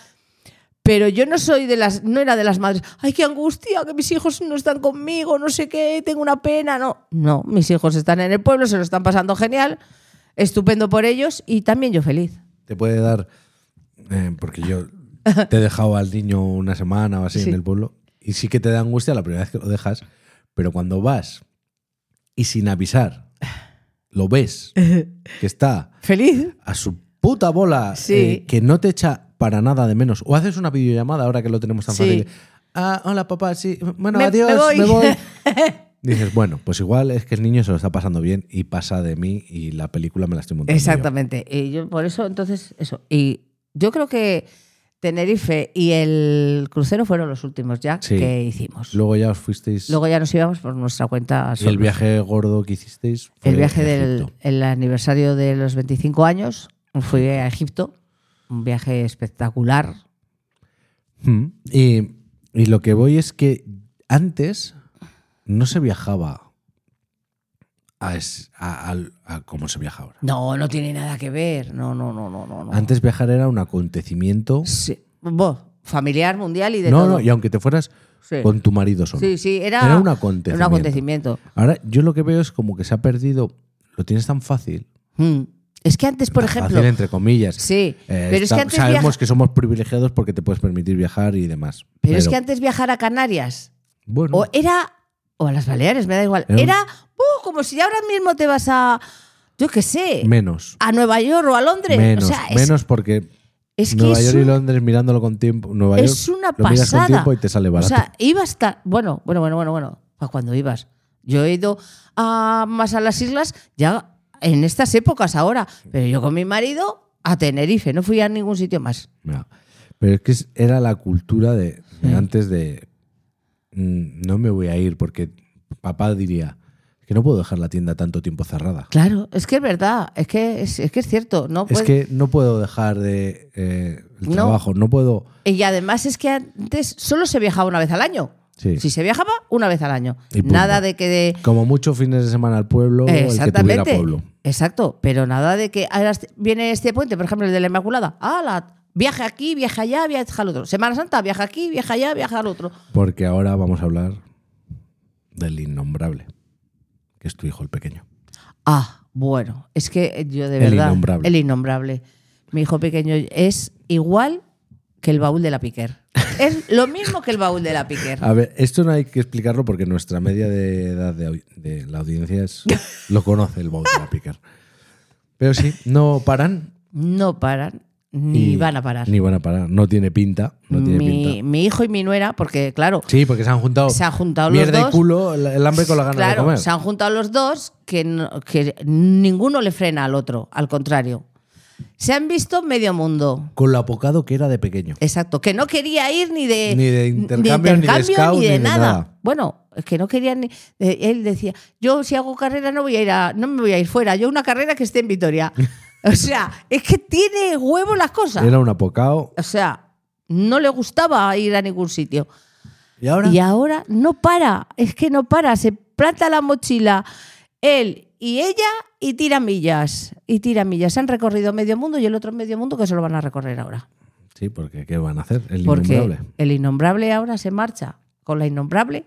B: Pero yo no soy de las, no era de las madres. Ay, qué angustia, que mis hijos no están conmigo, no sé qué, tengo una pena. No, no, mis hijos están en el pueblo, se lo están pasando genial, estupendo por ellos y también yo feliz.
A: Te puede dar, eh, porque yo te he dejado al niño una semana o así
B: Sí.
A: en el pueblo, y sí que te da angustia la primera vez que lo dejas, pero cuando vas y sin avisar, lo ves, que está
B: Feliz.
A: a su puta bola,
B: Sí.
A: eh, que no te echa para nada de menos. O haces una videollamada ahora que lo tenemos tan
B: Sí.
A: fácil. Ah, hola papá, sí. Bueno,
B: Me- me
A: adiós, me voy.
B: voy.
A: Dices, bueno, pues igual es que el niño se lo está pasando bien y pasa de mí y la película me la estoy montando. yo.
B: Exactamente. Y yo por eso, entonces, eso. Y yo creo que Tenerife y el crucero fueron los últimos ya
A: Sí.
B: que hicimos.
A: Luego ya os fuisteis.
B: Luego ya nos íbamos por nuestra cuenta.
A: y el
B: solos.
A: viaje gordo que hicisteis. fue
B: El viaje
A: a
B: del
A: Egipto.
B: el aniversario de los 25 años fui a Egipto. Un viaje espectacular.
A: Mm. Y, y lo que voy es que antes no se viajaba a, es- a- al- a como se viaja ahora.
B: No, no tiene nada que ver. No, no, no, no, no. no.
A: Antes viajar era un acontecimiento.
B: Sí. Vos, familiar, mundial y de
A: no,
B: todo.
A: no, y aunque te fueras
B: Sí.
A: con tu marido solo.
B: sí, sí, era,
A: Era un
B: era un
A: acontecimiento.
B: acontecimiento.
A: Ahora yo lo que veo es como que se ha perdido, lo tienes tan fácil,
B: Mm. Es que antes, por ejemplo,
A: fácil entre comillas.
B: Sí,
A: Eh,
B: pero es
A: está-
B: que antes
A: sabemos
B: viaja-
A: que somos privilegiados porque te puedes permitir viajar y demás. Pero,
B: pero es que antes viajar a Canarias
A: bueno,
B: o era o a las Baleares, me da igual,
A: Era un-
B: era uh, como si ahora mismo te vas a yo qué sé,
A: menos,
B: a Nueva York o a Londres,
A: menos,
B: o sea, es,
A: menos porque
B: es que
A: Nueva
B: es
A: York y
B: un-
A: Londres mirándolo con tiempo, Nueva York
B: es una
A: lo miras con
B: pasada.
A: tiempo y te sale barato.
B: O sea, iba hasta bueno, bueno, bueno, bueno, bueno, para cuando ibas. Yo he ido a más a las islas ya en estas épocas ahora, pero yo con mi marido a Tenerife, no fui a ningún sitio más.
A: Ya. Pero es que es- era la cultura de, de antes de mm, no me voy a ir porque papá diría que no puedo dejar la tienda tanto tiempo cerrada.
B: Claro, es que es verdad, es que es, es que es cierto, no
A: Es
B: puedes-
A: que no puedo dejar de eh, el
B: No.
A: trabajo, no puedo.
B: Y además es que antes solo se viajaba una vez al año.
A: Sí.
B: Si se viajaba, una vez al año.
A: Y punto.
B: Nada de que de.
A: Como mucho fines de semana al pueblo, el que tuviera
B: Exactamente.
A: pueblo.
B: Exacto. Pero nada de que ahora este- viene este puente, por ejemplo, el de la Inmaculada. ¡Hala! Viaje aquí, viaje allá, viaje al otro. Semana Santa, viaje aquí, viaje allá, viaje al otro.
A: Porque ahora vamos a hablar del innombrable, que es tu hijo el pequeño.
B: Ah, bueno. Es que yo de
A: El
B: verdad.
A: innombrable.
B: El innombrable. Mi hijo pequeño es igual que el baúl de la Piquer. es lo mismo que el baúl de la Piquer.
A: A ver, esto no hay que explicarlo porque nuestra media de edad de, au- de la audiencia es, lo conoce el baúl de la Picker. Pero sí, no paran.
B: No paran, ni
A: y-
B: van a parar.
A: Ni van a parar. No tiene pinta. No tiene
B: mi,
A: pinta.
B: mi hijo y mi nuera, porque claro,
A: Sí, porque se han juntado.
B: se han juntado los
A: mierda
B: dos.
A: y culo, el, el hambre con la gana de
B: claro,
A: comer.
B: se han juntado los dos que, no- que ninguno le frena al otro, al contrario. Se han visto medio mundo.
A: Con lo apocado que era de pequeño.
B: Exacto, que no quería ir ni de,
A: Ni de intercambio, ni de
B: intercambio,
A: scout,
B: ni de nada.
A: nada.
B: Bueno, es que no quería ni eh, él decía, "Yo si hago carrera no voy a ir a no me voy a ir fuera, yo una carrera que esté en Vitoria." o sea, es que tiene huevo las cosas.
A: Era un apocado.
B: O sea, no le gustaba ir a ningún sitio.
A: ¿Y ahora?
B: Y ahora no para, es que no para, se planta la mochila él y ella y tira millas, y tira millas. Se han recorrido medio mundo y el otro medio mundo que se lo van a recorrer ahora.
A: Sí, porque ¿qué van a hacer? El
B: Porque
A: innombrable.
B: el innombrable ahora se marcha con la innombrable.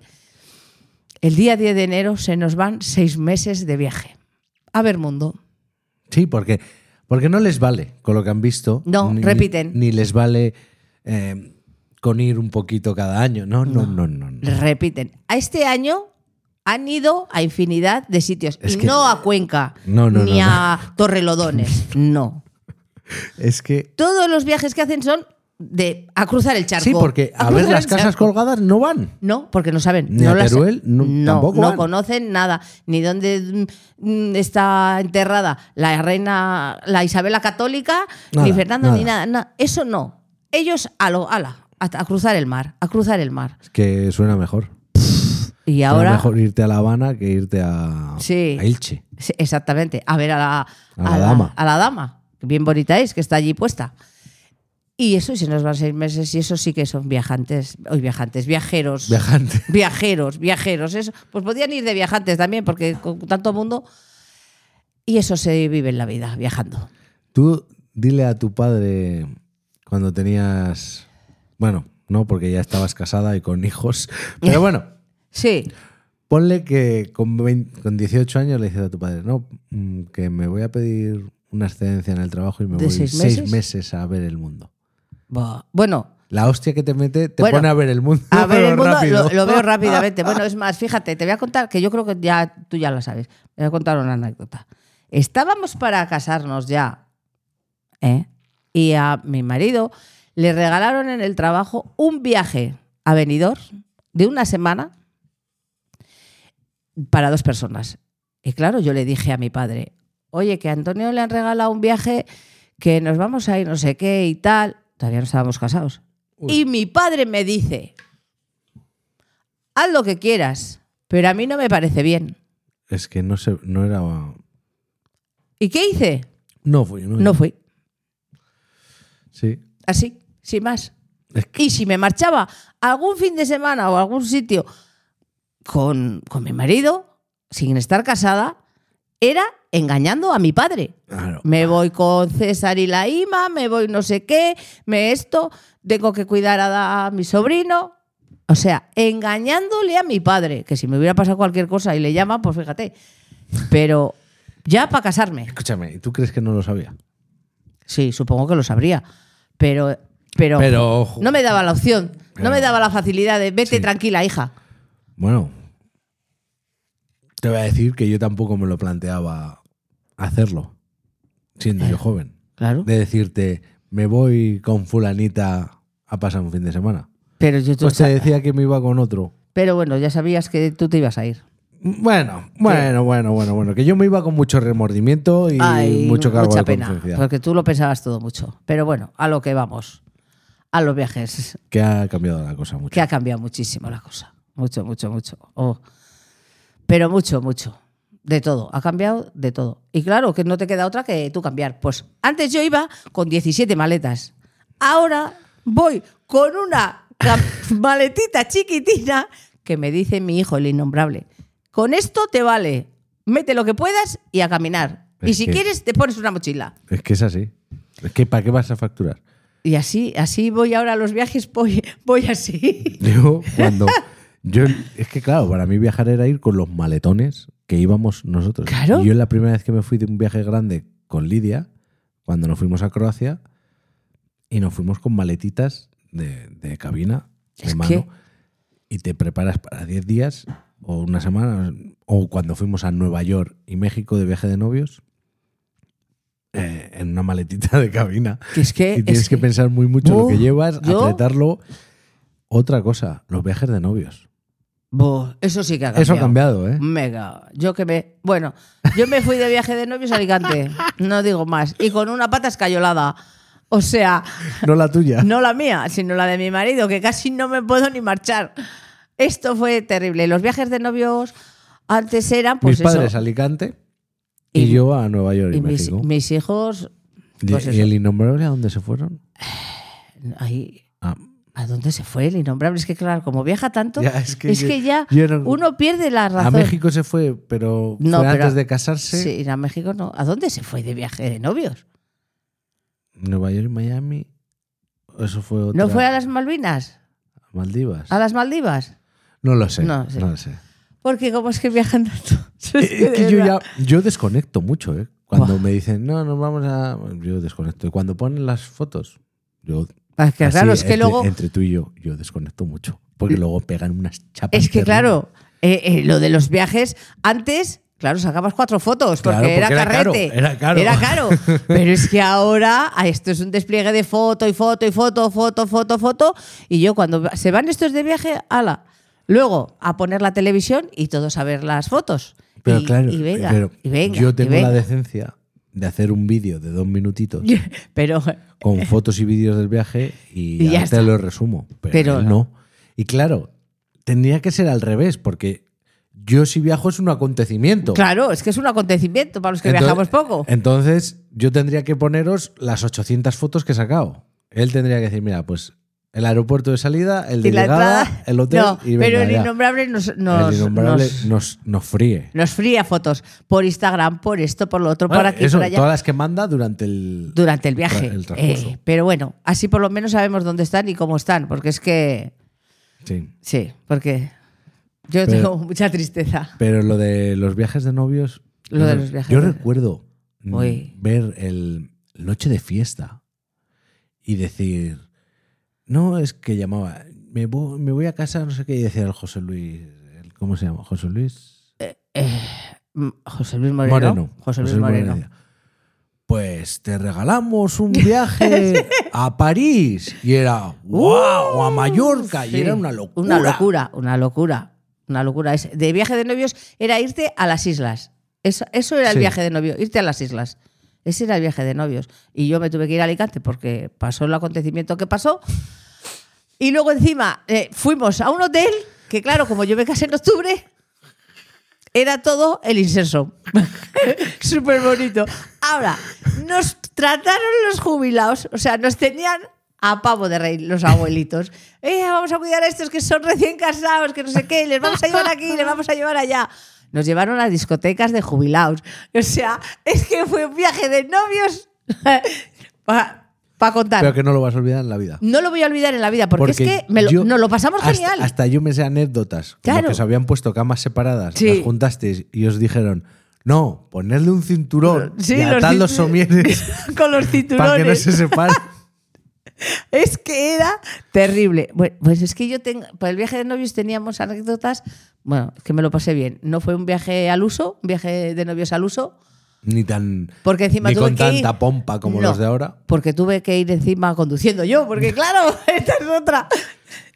B: El día 10 de enero se nos van seis meses de viaje. A ver mundo.
A: Sí, porque, porque no les vale con lo que han visto.
B: No, repiten.
A: Ni les vale eh, con ir un poquito cada año. No, no, no, no. no.
B: Repiten, a este año han ido a infinidad de sitios
A: Es
B: y
A: que-
B: no a Cuenca
A: No, no,
B: ni
A: no,
B: a Torrelodones, no.
A: Es que.
B: todos los viajes que hacen son de a cruzar el charco.
A: Sí, porque a ver
B: cruzar
A: las
B: el
A: casas
B: charco.
A: colgadas no van.
B: No, porque no saben.
A: Ni
B: no
A: a
B: las-
A: Teruel, no-
B: no,
A: tampoco
B: no
A: van.
B: conocen nada. Ni dónde mm, está enterrada la reina, la Isabela Católica,
A: Nada,
B: ni Fernando, ni
A: nada.
B: nada. na- eso no. Ellos a lo, ala, a, a cruzar el mar, a cruzar el mar.
A: Es que suena mejor.
B: Y
A: Suena
B: ahora.
A: mejor irte a La Habana que irte a,
B: Sí.
A: a Elche.
B: Sí, exactamente. A ver a la,
A: A la dama.
B: a la dama. que Bien bonita es, que está allí puesta. Y eso, y se nos van seis meses, y eso sí que son viajantes, hoy viajantes, viajeros.
A: Viajante.
B: Viajeros, viajeros, eso. Pues podían ir de viajantes también, porque con tanto mundo. Y eso se vive en la vida, viajando.
A: Tú dile a tu padre cuando tenías. Bueno, no, porque ya estabas casada y con hijos. Pero bueno,
B: Sí,
A: ponle que con, 20 con 18 años le dices a tu padre, no, mm, que me voy a pedir una excedencia en el trabajo y me
B: ¿De
A: voy
B: seis meses?
A: meses a ver el mundo.
B: Buah. bueno,
A: La hostia que te mete te
B: Bueno,
A: pone a ver el mundo.
B: a ver
A: pero
B: el mundo
A: rápido.
B: lo, lo veo rápidamente. Bueno, es más, fíjate, te voy a contar, que yo creo que ya tú ya lo sabes, te voy a contar una anécdota. Estábamos para casarnos ya, ¿eh? y a mi marido le regalaron en el trabajo un viaje a Benidorm de una semana para dos personas. Y claro, yo le dije a mi padre, oye, que a Antonio le han regalado un viaje que nos vamos a ir no sé qué y tal. Todavía no estábamos casados.
A: Uy.
B: Y mi padre me dice, haz lo que quieras, pero a mí no me parece bien.
A: Es que no sé, no era.
B: ¿Y qué hice?
A: No fui, no,
B: No fui.
A: Sí.
B: Así, sin más.
A: Es que-
B: Y si me marchaba algún fin de semana o a algún sitio con, con mi marido, sin estar casada, era engañando a mi padre.
A: Claro.
B: Me voy con César y la Ima, me voy no sé qué, me esto, tengo que cuidar a, a mi sobrino. O sea, engañándole a mi padre, que si me hubiera pasado cualquier cosa y le llama, pues fíjate. Pero ya para casarme.
A: Escúchame, ¿y tú crees que no lo sabía?
B: Sí, supongo que lo sabría. Pero, pero,
A: Pero, ojo.
B: no me daba la opción. No me daba la facilidad de vete
A: Sí.
B: tranquila, hija.
A: Bueno, te voy a decir que yo tampoco me lo planteaba hacerlo, siendo
B: Eh.
A: yo joven.
B: Claro.
A: De decirte, me voy con fulanita a pasar un fin de semana.
B: Pero yo
A: Pues te decía que me iba con otro.
B: Pero bueno, ya sabías que tú te ibas a ir.
A: Bueno, bueno, bueno, bueno, bueno. Que yo me iba con mucho remordimiento y
B: Ay,
A: mucho cargo
B: mucha
A: de
B: pena.
A: conciencia.
B: Porque tú lo pensabas todo mucho. Pero bueno, a lo que vamos. A los viajes.
A: Que ha cambiado la cosa mucho.
B: Que ha cambiado muchísimo la cosa. Mucho, mucho, mucho. Oh. Pero mucho, mucho. De todo. Ha cambiado de todo. Y claro, que no te queda otra que tú cambiar. Pues antes yo iba con 17 maletas. Ahora voy con una cam- maletita chiquitina que me dice mi hijo, el innombrable. Con esto te vale. Mete lo que puedas y a caminar. y
A: Es
B: si
A: que-
B: quieres, te pones una mochila.
A: Es que es así. Es que ¿para qué vas a facturar?
B: Y así, así voy ahora a los viajes, voy, voy así.
A: Yo cuando yo es que claro, para mí viajar era ir con los maletones que íbamos nosotros.
B: Claro.
A: Y yo la primera vez que me fui de un viaje grande con Lidia, cuando nos fuimos a Croacia y nos fuimos con maletitas de, de cabina, de
B: Es
A: mano
B: que-
A: y te preparas para 10 días o una semana o cuando fuimos a Nueva York y México de viaje de novios eh, en una maletita de cabina.
B: Que es que,
A: Y tienes
B: Eh, es
A: que,
B: que-
A: pensar muy mucho lo que
B: Buh,
A: llevas,
B: yo-
A: apretarlo. Otra cosa, los viajes de novios.
B: Buh, eso sí que ha cambiado.
A: Eso ha cambiado, ¿eh?
B: Mega. Yo que me. Bueno, yo me fui de viaje de novios a Alicante. No digo más. Y con una pata escayolada. O sea,
A: No la tuya.
B: Mm. no la mía, sino la de mi marido, que casi no me puedo ni marchar. Esto fue terrible. Los viajes de novios antes eran, pues
A: mis padres
B: eso.
A: a Alicante y,
B: Y-
A: yo a Nueva York y,
B: Y mis,
A: México.
B: mis hijos.
A: Y-
B: pues
A: ¿Y,
B: eso.
A: el innombrable a dónde se fueron?
B: ahí,
A: Ah,
B: ¿A dónde se fue el innombrable? Es que claro, como viaja tanto,
A: Ya,
B: es
A: es
B: que,
A: que yo-
B: ya
A: yo no-
B: uno pierde la razón.
A: a México se fue, pero,
B: No,
A: fue
B: pero-
A: antes de casarse.
B: Sí, ir a México no. ¿A dónde se fue de viaje de novios?
A: Nueva York y Miami. Eso fue otra.
B: ¿No fue a las Malvinas?
A: Maldivas.
B: ¿A las Maldivas?
A: No lo sé.
B: No,
A: No,
B: sí.
A: lo sé.
B: Porque como es que viajan tanto. Es
A: Eh,
B: que
A: es que
B: de
A: yo ya
B: verdad.
A: yo desconecto mucho, ¿eh? Cuando
B: Buah.
A: me dicen, no, nos vamos a. Yo desconecto. Y cuando ponen las fotos, yo
B: Ah, que
A: Así,
B: claro, es que
A: entre-
B: luego...
A: Entre tú y yo, yo desconecto mucho. Porque luego pegan unas chapas.
B: Es que
A: terribles.
B: claro, eh, eh, lo de los viajes antes... Claro, sacabas cuatro fotos porque,
A: Claro, porque
B: era
A: era caro,
B: carrete.
A: era caro.
B: caro. Pero es que ahora ah, esto es un despliegue de foto y foto y foto, foto, foto, foto. Y yo cuando se van estos de viaje, ala. Luego a poner la televisión y todos a ver las fotos.
A: Pero
B: y,
A: claro,
B: y venga,
A: pero
B: y venga,
A: yo
B: y
A: tengo
B: venga.
A: la decencia de hacer un vídeo de dos minutitos
B: Pero
A: con fotos y vídeos del viaje y,
B: Y ya
A: ya
B: está.
A: te lo resumo. Pero,
B: Pero
A: él
B: no.
A: no. Y claro, tendría que ser al revés, porque yo si viajo es un acontecimiento.
B: claro, es que es un acontecimiento para los que
A: Entonces-
B: viajamos poco.
A: Entonces, yo tendría que poneros las 800 fotos que he sacado. Él tendría que decir, mira, pues el aeropuerto de salida, el de
B: Y la
A: llegada,
B: entrada-
A: el hotel
B: No,
A: y venga,
B: pero el
A: ya.
B: innombrable nos,
A: El
B: nos,
A: innombrable
B: nos-
A: nos, nos fríe.
B: nos fría fotos por Instagram, por esto, por lo otro, por
A: Bueno,
B: aquí,
A: eso,
B: por allá,
A: todas las que manda durante el...
B: durante el viaje.
A: el transcurso.
B: Eh, pero bueno, así por lo menos sabemos dónde están y cómo están, porque es que,
A: Sí.
B: sí, porque yo
A: Pero-
B: tengo mucha tristeza.
A: Pero lo de los viajes de novios...
B: Lo
A: yo
B: de
A: re-
B: los viajes
A: Yo
B: de-
A: recuerdo mm,
B: Uy.
A: ver el Noche de Fiesta y decir... No, es que llamaba... Me vo- me voy a casa, no sé qué, y decía el José Luis... el- ¿Cómo se llama? José Luis...
B: Mm, José Luis Moreno. José Luis Moreno.
A: decía, Pues te regalamos un viaje a París. Y era, wow, o a Mallorca.
B: Uh, Sí.
A: Y era una locura.
B: Una locura, una locura. Una locura. Es- De viaje de novios era irte a las islas. Eso, eso era el
A: Sí.
B: viaje de novios, irte a las islas. Ese era el viaje de novios. Y yo me tuve que ir a Alicante porque pasó el acontecimiento que pasó. Y luego encima eh, fuimos a un hotel que, claro, como yo me casé en octubre, era todo el incenso. Súper bonito. Ahora, nos trataron los jubilados, o sea, nos tenían a pavo de rey los abuelitos. Eh, vamos a cuidar a estos que son recién casados, que no sé qué, les vamos a llevar aquí, les vamos a llevar allá. Nos llevaron a discotecas de jubilados. O sea, es que fue un viaje de novios para contar.
A: Pero que no lo vas a olvidar en la vida.
B: No lo voy a olvidar en la vida, porque, es que me lo-
A: yo-
B: nos lo pasamos
A: hasta-
B: genial.
A: Hasta yo me sé anécdotas. Como
B: Claro.
A: que se habían puesto camas separadas,
B: Sí.
A: las juntasteis y os dijeron, no, ponerle un cinturón
B: Sí,
A: y atad
B: los
A: los
B: cintu-
A: somieres
B: con los
A: para
B: cinturones.
A: que no se separen.
B: Es que era terrible. Bueno, pues es que yo tengo, para el viaje de novios teníamos anécdotas, bueno, es que me lo pasé bien. No fue un viaje al uso, un viaje de novios al uso,
A: Ni tan...
B: porque encima
A: ni
B: tuve
A: con
B: que ir-
A: tanta pompa como
B: No,
A: los de ahora.
B: Porque tuve que ir encima conduciendo yo, porque claro, esta es otra.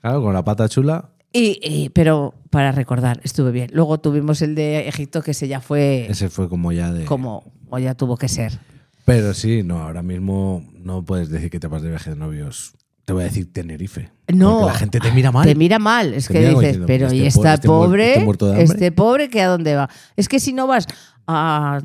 A: Claro, con la pata chula.
B: Y, y- pero para recordar, estuve bien. Luego tuvimos el de Egipto, que ese ya fue
A: Ese fue como ya de...
B: como, o ya tuvo que ser.
A: Pero sí, no, ahora mismo no puedes decir que te vas de viaje de novios. Te voy a decir Tenerife.
B: No.
A: Porque la gente te mira mal.
B: Te mira mal, es
A: Te
B: que
A: mira
B: dices,
A: como diciendo,
B: pero
A: este
B: y
A: po-
B: está
A: este muer-
B: pobre,
A: este
B: este,
A: muerto de hambre".
B: pobre que a dónde va. Es que si no vas a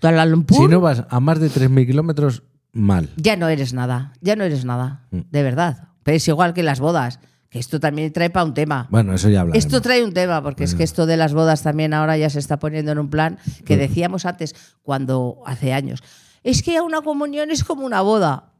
B: Kuala Lumpur,
A: si no vas a más de 3.000 kilómetros, mal.
B: ya no eres nada, ya no eres nada,
A: Mm.
B: de verdad. Pero es igual que las bodas, que esto también trae para un tema.
A: Bueno, eso ya hablaremos.
B: Esto trae un tema, porque es que esto de las bodas también ahora ya se está poniendo en un plan que decíamos antes, cuando hace años. Es que una comunión es como una boda,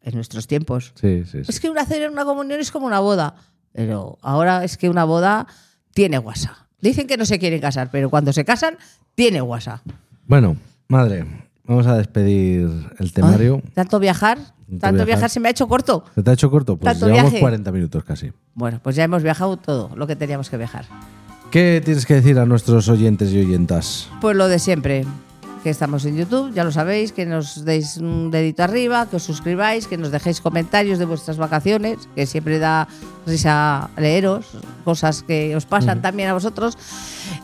B: en nuestros tiempos.
A: Sí, sí, sí.
B: Es que una cena en una comunión es como una boda. Pero ahora es que una boda tiene WhatsApp. Dicen que no se quieren casar, pero cuando se casan, tiene WhatsApp.
A: Bueno, madre, vamos a despedir el temario.
B: Tanto viajar,
A: Tanto
B: tanto viajar
A: viajar.
B: se me ha hecho corto.
A: ¿Se te ha hecho corto? Pues
B: Tanto
A: llevamos
B: viaje.
A: 40 minutos casi.
B: Bueno, pues ya hemos viajado todo lo que teníamos que viajar.
A: ¿Qué tienes que decir a nuestros oyentes y oyentas?
B: Pues lo de siempre, que estamos en YouTube, ya lo sabéis, que nos deis un dedito arriba, que os suscribáis, que nos dejéis comentarios de vuestras vacaciones, que siempre da risa leeros, cosas que os pasan también a vosotros,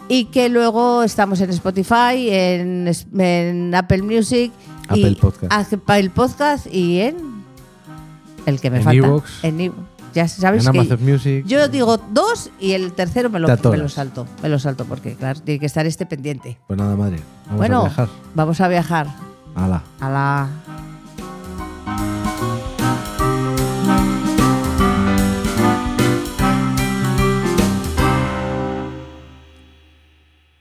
B: y que luego estamos en Spotify, en, es- en Apple Music, y
A: Apple Podcast.
B: Apple Podcast y en el que me
A: En
B: falta,
A: iVoox.
B: en iVoox. ya sabéis
A: en
B: que
A: Amazon Music.
B: yo digo dos y el tercero me lo,
A: Te
B: me
A: atoras.
B: lo salto. Me lo salto porque, claro, tiene que estar este pendiente.
A: Pues nada, madre. Vamos a
B: bueno,
A: viajar.
B: vamos a viajar
A: Hala.
B: a la